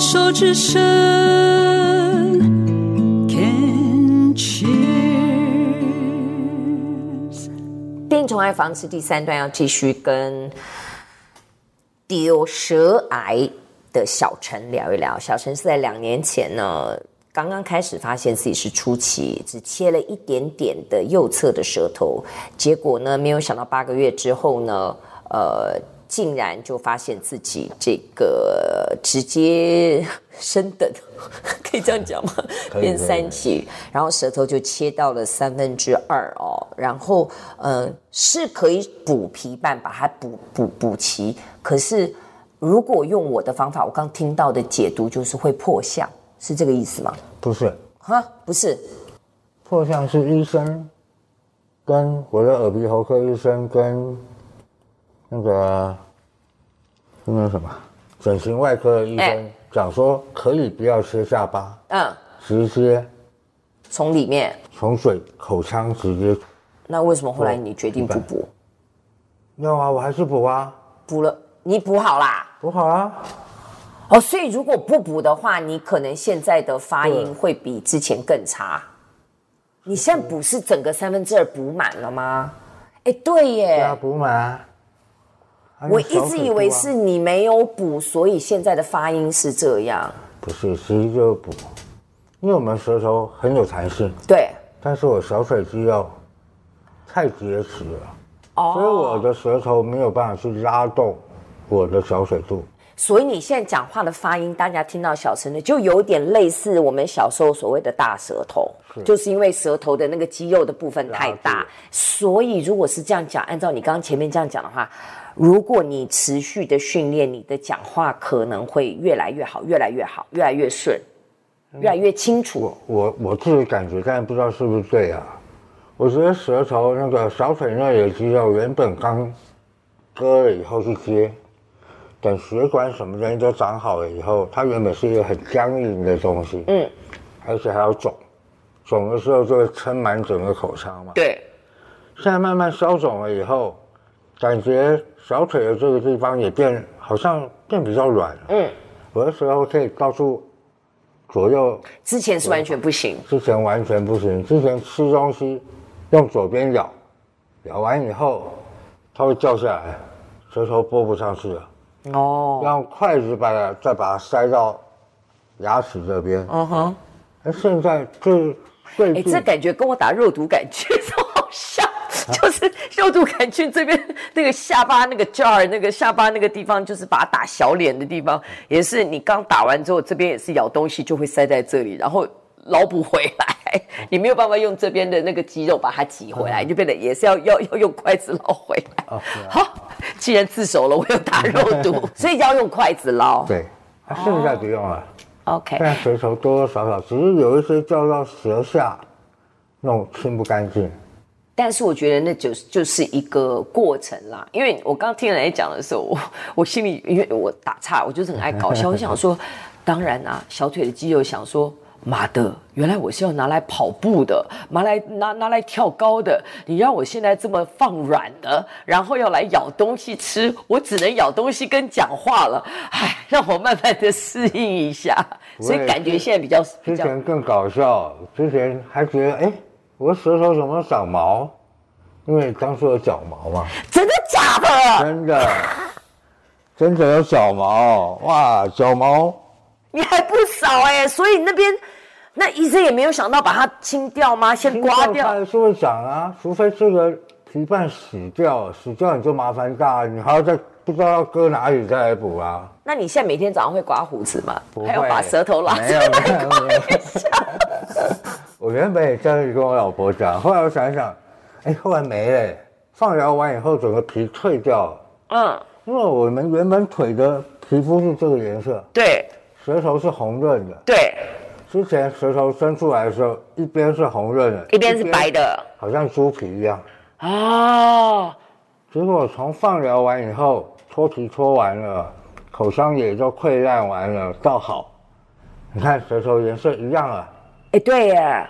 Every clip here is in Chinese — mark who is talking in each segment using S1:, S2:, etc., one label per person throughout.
S1: 手之声，Can cheers。
S2: 病虫害防治第三段要继续跟丢舌癌的小陈聊一聊。小陈是在两年前呢，刚刚开始发现自己是初期，只切了一点点的右侧的舌头，结果呢，没有想到八个月之后呢，呃。竟然就发现自己这个直接升等， 可以这样讲吗？
S3: 可以
S2: 变
S3: 可以
S2: 三期，然后舌头就切到了三分之二哦，然后呃是可以补皮瓣把它补补补齐，可是如果用我的方法，我刚听到的解读就是会破相，是这个意思吗？
S3: 不是
S2: 哈，不是，
S3: 破相是医生跟我的耳鼻喉科医生跟那个那个什么整形外科的医生
S2: 哎
S3: 讲说，可以不要切下巴，
S2: 嗯，
S3: 直接
S2: 从里面。
S3: 从嘴口腔直接。
S2: 那为什么后来你决定不补？
S3: 要啊，我还是补啊，
S2: 补了，你补好啦。
S3: 补好啊。
S2: 哦，所以如果不补的话，你可能现在的发音
S3: 对
S2: 会比之前更差。你现在补是整个三分之二补满了吗？哎，对
S3: 对啊，
S2: 耶，
S3: 补满啊。啊
S2: 我
S3: 你少
S2: 一直
S3: 嘴
S2: 以为
S3: 多啊
S2: 是你没有补，所以现在的发音是这样。
S3: 啊不是，其实就是补，因为我们舌头很有弹性，
S2: 对，
S3: 但是我小腿肌肉太结实了，所以
S2: 哦，
S3: 我的舌头没有办法去拉动我的小腿肚。
S2: 所以你现在讲话的发音，大家听到小声的，就有点类似我们小时候所谓的大舌头，就是因为舌头的那个肌肉的部分太
S3: 拉
S2: 大
S3: 住，
S2: 所以如果是这样讲，按照你刚刚前面这样讲的话，如果你持续的训练，你的讲话可能会越来越好，越来越好，越来越顺，越来越清楚。
S3: 我我我自己感觉，但不知道是不是对啊。我觉得舌头那个小腿内的肌肉原本刚割了以后去接，等血管什么东西都长好了以后，它原本是一个很僵硬的东西，
S2: 嗯，
S3: 而且还要肿，肿的时候就会撑满整个口腔嘛。
S2: 对，
S3: 现在慢慢消肿了以后，感觉小腿的这个地方也变好像变比较软了。
S2: 嗯，
S3: 有的时候可以到处左右，
S2: 之前是完全不行，
S3: 之前完全不行。之前吃东西用左边咬，咬完以后它会掉下来，舌头拨不上去了。
S2: 哦，
S3: 要用筷子把它再把它塞到牙齿这边。
S2: 嗯哼，
S3: 而现在最
S2: 哎，
S3: 最
S2: 这
S3: 近
S2: 感觉跟我打肉毒杆菌 超好像，就是肉毒杆菌这边那个下巴那个 jar 那个下巴那个地方，就是把它打小脸的地方，也是你刚打完之后，这边也是咬东西就会塞在这里，然后捞不回来， 你没有办法用这边的那个肌肉把它挤回来，你就变得也是要要要用筷子捞回来。 好，既然自首了，我又打肉毒，所以要用筷子捞。
S3: 对，它现在不用了。
S2: OK，
S3: 现在舌头多多少少，只是有一些掉到舌下，那种清不干净。
S2: 但是我觉得那就是就是一个过程啦，因为我刚听人家讲的时候， 我我心里因为我打岔，我就是很爱搞笑，我想说， 当然啊，小腿的肌肉想说。妈的！原来我是要拿来跑步的，拿来拿拿来跳高的。你让我现在这么放软的，然后要来咬东西吃，我只能咬东西跟讲话了。 唉，让我慢慢的适应一下。所以
S3: 对
S2: 感觉现在比较比
S3: 之
S2: 较
S3: 前更搞笑，之前还觉得哎，我舌头怎么长毛？因为当初有角毛嘛，
S2: 真的假的？
S3: 真的，真的有角毛，哇，角毛
S2: 你还不少哎、所以那边那医生也没有想到把它清掉吗？先刮掉？
S3: 还是会长啊，除非这个皮瓣死掉，死掉你就麻烦大，你还要再不知道要割哪里再来补啊。
S2: 那你现在每天早上会刮胡子吗
S3: 不？会
S2: 还要把舌头拉
S3: 没有没有没有。 我原本也这样跟我老婆讲，啊后来我想一想，哎，后来没了。放疗完以后，整个皮脆掉了，
S2: 嗯，
S3: 因为我们原本腿的皮肤是这个颜色，
S2: 对
S3: 舌头是红润的。
S2: 对，
S3: 之前舌头伸出来的时候，一边是红润的，
S2: 一边是白，的
S3: 好像猪皮一样。啊
S2: 哦，
S3: 结果从放疗完以后，脱皮脱完了，口腔也就溃烂完了，倒好，你看舌头颜色一样啊了。
S2: 哎、对耶，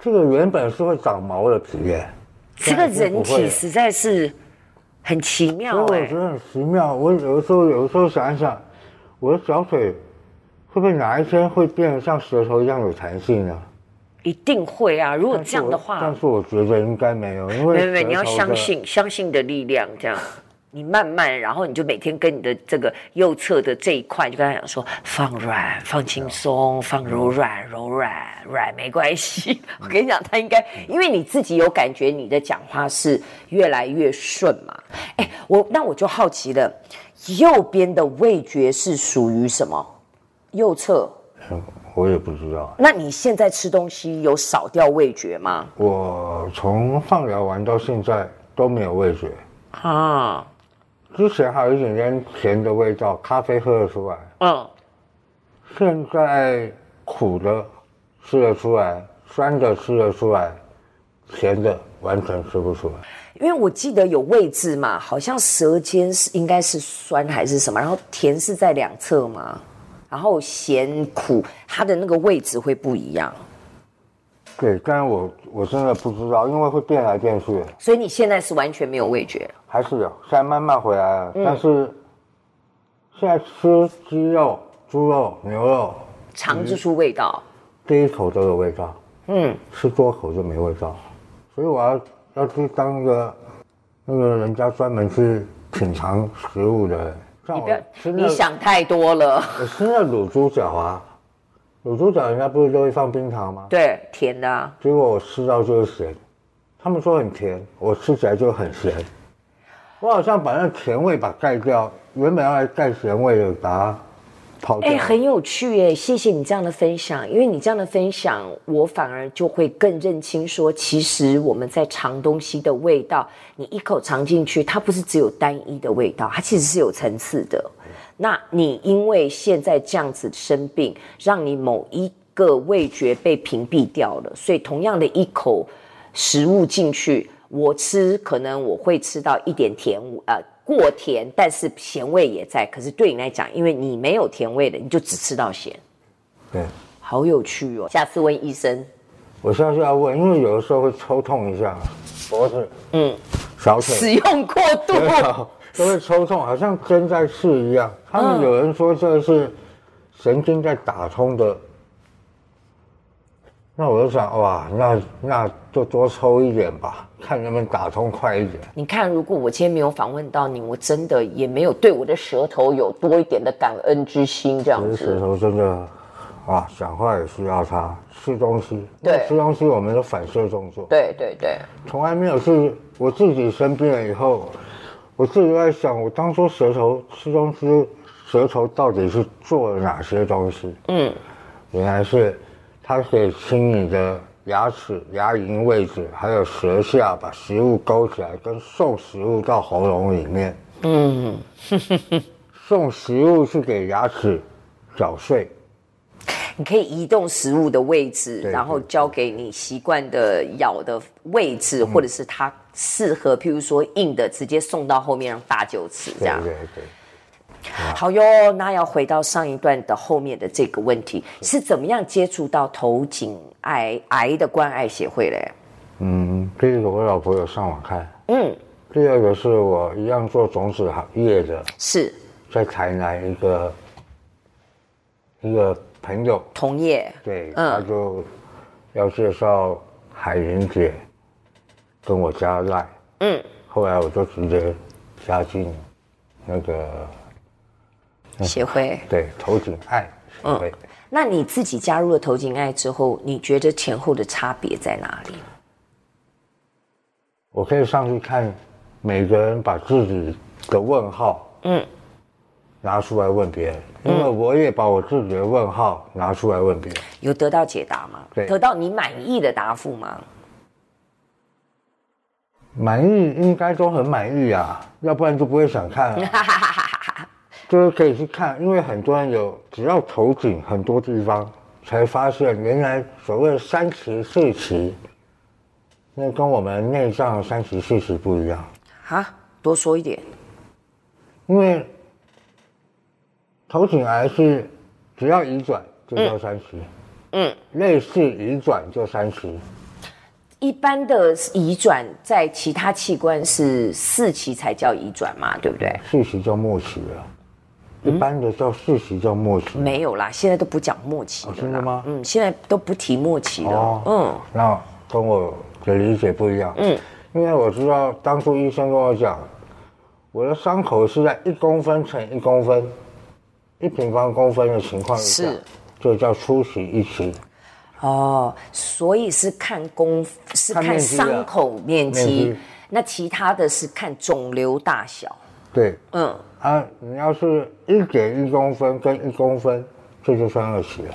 S3: 这个原本是会长毛的皮耶，
S2: 这个
S3: 现在已经
S2: 人
S3: 不会
S2: 体
S3: 了
S2: 实在是很奇
S3: 所以
S2: 妙
S3: 我
S2: 哎、
S4: 哦
S3: 觉得很奇妙。我有的时候有的时候想一想，我的小腿会不会哪一天会变得像舌头一样有弹性呢？
S4: 一定会啊！如果
S3: 但是
S4: 这样的
S3: 我
S4: 话
S3: 但，是我觉得应该没有，因为
S4: 没有没有，你要
S3: 舌头
S4: 相
S3: 的
S4: 信相信的力量，这样。你慢慢，然后你就每天跟你的这个右侧的这一块，就跟他讲说放软、放轻松、放柔软、柔软、软没关系。
S2: 我跟你讲，他应该，因为你自己有感觉，你的讲话是越来越顺嘛。哎，我那我就好奇了，右边的味觉是属于什么？右侧？
S3: 嗯我也不知道。
S2: 那你现在吃东西有少掉味觉吗？
S3: 我从放疗完到现在都没有味觉，
S4: 啊，
S3: 之前还有一点点甜的味道，咖啡喝得出来，
S4: 嗯，
S3: 现在苦的吃得出来，酸的吃得出来，甜的完全吃不出来。
S2: 因为我记得有位置嘛，好像舌尖是应该是酸还是什么，然后甜是在两侧嘛，然后咸苦它的那个位置会不一样，
S3: 对，但我我真的不知道，因为会变来变去，
S2: 所以你现在是完全没有味觉。
S3: 还是有。现在慢慢回来
S2: 嗯
S3: 了，但是现在吃鸡肉、猪肉、牛肉，
S2: 尝不出味道，
S3: 第一口都有味道，嗯，吃多口就没味道，所以我要要去当一个那个人家专门去品尝食物的人。像我
S2: 不要
S3: 吃那
S2: 你想太多了。
S3: 我吃那卤猪脚啊，卤猪脚人家不是都会放冰糖吗？
S2: 对，甜的、啊。
S3: 结果我吃到就是咸，他们说很甜，我吃起来就很咸。我好像把那甜味把它盖掉，原本要来盖咸味的，把它抛掉。
S4: 哎、很有趣耶！谢谢你这样的分享，因为你这样的分享，我反而就会更认清说，其实我们在尝东西的味道，你一口尝进去，它不是只有单一的味道，它其实是有层次的。那你因为现在这样子生病，让你某一个味觉被屏蔽掉了，所以同样的一口食物进去，我吃可能我会吃到一点甜，呃，过甜，但是咸味也在。可是对你来讲，因为你没有甜味的，你就只吃到咸，
S3: 对，
S4: 好有趣哦。
S2: 下次问医生，
S3: 我下次要问，因为有的时候会抽痛一下，脖子，嗯，小腿，
S2: 使用过 度。
S3: 都会抽痛，好像针在刺一样。他们有人说这是神经在打通的，那我就想，哇，那那就多抽一点吧，看能不能打通快一点。
S2: 你看，如果我今天没有访问到你，我真的也没有对我的舌头有多一点的感恩之心，这样
S3: 其实舌
S2: 子。
S3: 头真的，啊，讲话也需要它。吃东西，
S2: 对
S3: 因为吃东西我们的反射动作，
S2: 对对对，
S3: 从来没有是我自己生病了以后，我自己都在想，我当初舌头吃东西，舌头到底是做了哪些东西？嗯，原来是它可以清你的牙齿、牙龈位置，还有舌下，把食物勾起来，跟送食物到喉咙里面。嗯， 送食物是给牙齿缴税。
S2: 你可以移动食物的位置，
S3: 对
S2: 然后
S3: 对嗯
S2: 交给你习惯的咬的位置，或者是它适合，譬如说硬的，直接送到后面让大舅吃这
S3: 对
S2: 样。
S3: 对对。
S2: 好哟，那要回到上一段的后面的这个问题，是怎么样接触到头颈癌癌的关爱协会嘞？
S3: 嗯，第一个我老婆有上网看，嗯，第二个是我一样做种子行业的，
S2: 是
S3: 在台南一个一个朋友，
S2: 同业
S3: 对，
S2: 嗯
S3: 他就要介绍海云姐跟我加赖，嗯，后来我就直接加进那个嗯
S2: 协会。
S3: 对头颈爱协会。
S2: 那你自己加入了头颈爱之后，你觉得前后的差别在哪里？
S3: 我可以上去看每个人把自己的问号，嗯，拿出来问别人，因为我也把我自己的问号拿出来问别人。
S2: 有得到解答吗？
S3: 对
S2: 得到你满意的答复吗？
S3: 满意应该都很满意啊，要不然就不会想看 啊。 就是可以去看，因为很多人有，只要头颈很多地方，才发现原来所谓的三期四期，那跟我们内脏的三期四期不一样。
S2: 啊，多说一点。
S3: 因为头颈癌是只要移转就叫三期，嗯，类似移转就三期，
S2: 一般的移转在其他器官是四期才叫移转嘛，对不对？
S3: 四期就末期了。一般的叫世袭叫末期。
S2: 没有啦，现在都不讲默契了、
S3: 哦真的吗
S2: 嗯，现在都不提默契了。嗯
S3: 哦，那跟我的理解不一样。嗯，因为我知道当初医生跟我讲，我的伤口是在一公分乘一公分，一平方公分的情况下
S2: 是，
S3: 就叫初期一期。
S2: 嗯，哦，所以是看公是
S3: 看
S2: 看
S3: 面积啊
S2: 伤口面积，
S3: 面积
S2: 那其他的是看肿瘤大小。
S3: 对，
S2: 嗯，
S3: 啊，你要是一点一公分跟一公分，这就算二期了。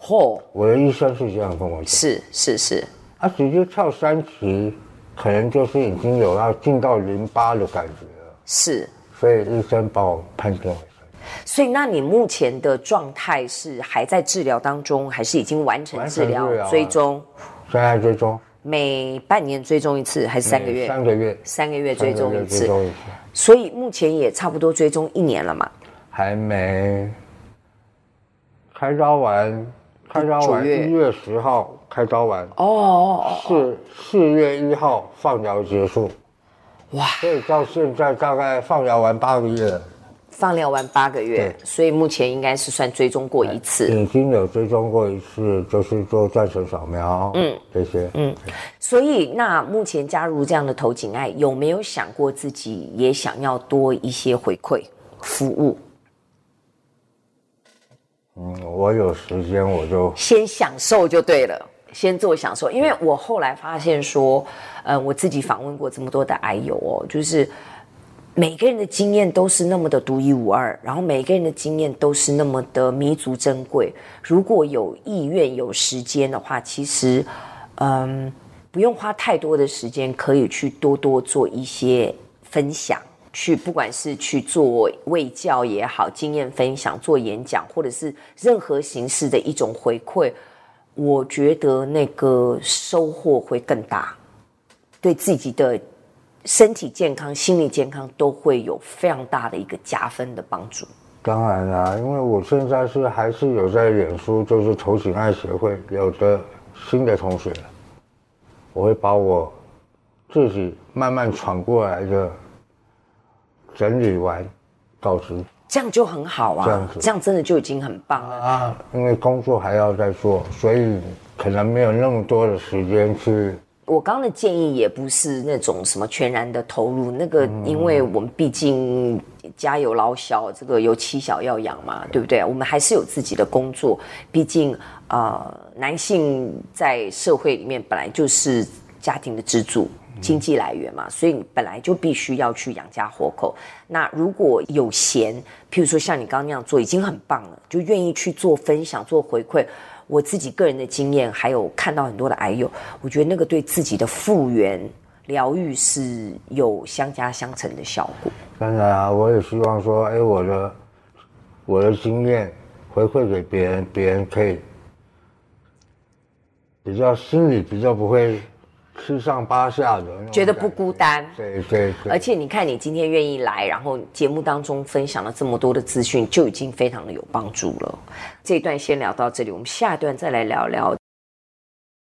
S2: 嚯、
S3: 我的医生是这样跟我讲，
S2: 是是是，
S3: 他、直接跳三期，可能就是已经有要进到淋巴的感觉了，
S2: 是，
S3: 所以医生把我判定为三期
S2: 所以那你目前的状态是还在治疗当中，还是已经完成
S3: 完成
S2: 治疗
S3: 治疗啊
S2: 追踪？
S3: 现在追踪
S2: 每半年追踪一次，还是嗯三个月？
S3: 三个月，
S2: 三个月追踪一次
S3: 追，踪一次，
S2: 所以目前也差不多追踪一年了嘛。
S3: 还没开刀完，开刀完
S2: 九月
S3: 一月十号开刀完，
S2: 哦，
S3: 四四月一号放疗结束，
S2: 哇，
S3: 所以到现在大概放疗完八个月了，
S2: 放疗完八个月，
S3: 对
S2: 所以目前应该是算追踪过一次。
S3: 已经有追踪过一次，就是做断层扫描，嗯，这些，嗯，
S2: 所以那目前加入这样的头颈爱，有没有想过自己也想要多一些回馈服务？
S3: 嗯我有时间我就
S2: 先享受就对了，先做享受。因为我后来发现说，呃，我自己访问过这么多的癌友哦，就是每个人的经验都是那么的独一无二，然后每个人的经验都是那么的弥足珍贵。如果有意愿、有时间的话，其实，嗯，不用花太多的时间，可以去多多做一些分享。去，不管是去做卫教也好，经验分享、做演讲，或者是任何形式的一种回馈，我觉得那个收获会更大，对自己的身体健康、心理健康都会有非常大的一个加分的帮助。
S3: 当然啦、因为我现在是还是有在脸书，就是头颈爱协会有的新的同学，我会把我自己慢慢闯过来的整理完告知
S2: 这样就很好啊，
S3: 这样子
S2: 真的就已经很棒了。
S3: 啊，因为工作还要再做，所以可能没有那么多的时间去
S2: 我刚刚的建议也不是那种什么全然的投入，那个因为我们毕竟家有老小，这个有妻小要养嘛，对不对？我们还是有自己的工作，毕竟呃，男性在社会里面本来就是家庭的支柱。经济来源嘛，所以你本来就必须要去养家活口。那如果有闲，譬如说像你刚刚那样做，已经很棒了，就愿意去做分享、做回馈。我自己个人的经验，还有看到很多的癌友，我觉得那个对自己的复原、疗愈是有相加相成的效果。
S3: 当然啊，我也希望说，哎，我的我的经验回馈给别人，别人可以比较心里比较不会七上八下的那种感，
S2: 觉得不孤单
S3: 对对哦对，
S2: 而且你看，你今天愿意来，然后节目当中分享了这么多的资讯，就已经非常的有帮助了。这一段先聊到这里，我们下一段再来聊聊